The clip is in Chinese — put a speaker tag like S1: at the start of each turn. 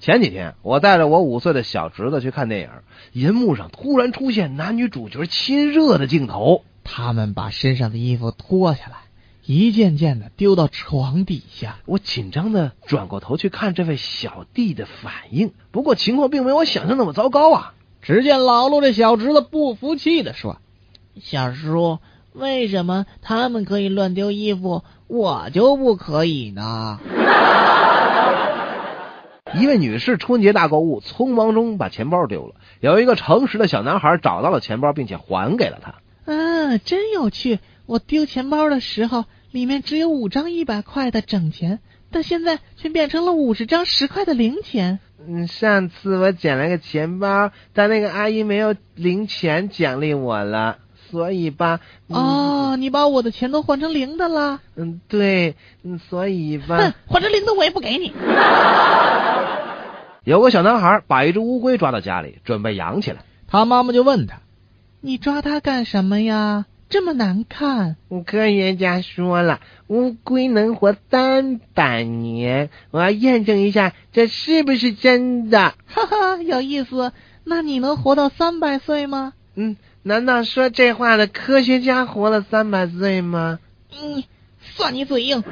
S1: 前几天，我带着我五岁的小侄子去看电影，银幕上突然出现男女主角亲热的镜头。
S2: 他们把身上的衣服脱下来，一件件的丢到床底下。
S1: 我紧张的转过头去看这位小弟的反应，不过情况并没有我想象那么糟糕啊。
S2: 只见老陆这小侄子不服气的说：“小叔，为什么他们可以乱丢衣服，我就不可以呢？”
S1: 一位女士春节大购物，匆忙中把钱包丢了。有一个诚实的小男孩找到了钱包，并且还给了她。
S2: 啊，真有趣！我丢钱包的时候，里面只有五张一百块的整钱，但现在却变成了五十张十块的零钱。
S3: 嗯，上次我捡了个钱包，但那个阿姨没有零钱奖励我了，所以吧，嗯、
S2: 哦，你把我的钱都换成零的了。
S3: 嗯，对，嗯，所以
S2: 哼
S3: 吧，，
S2: 换成零的我也不给你。
S1: 有个小男孩把一只乌龟抓到家里，准备养起来。
S2: 他妈妈就问他：“你抓它干什么呀？这么难看
S3: 嗯科学家说了，乌龟能活三百年，我要验证一下这是不是真的。？”
S2: 哈哈，有意思。那你能活到三百岁吗？
S3: 嗯，难道说这话的科学家活了三百岁吗？
S2: 嗯，算你嘴硬。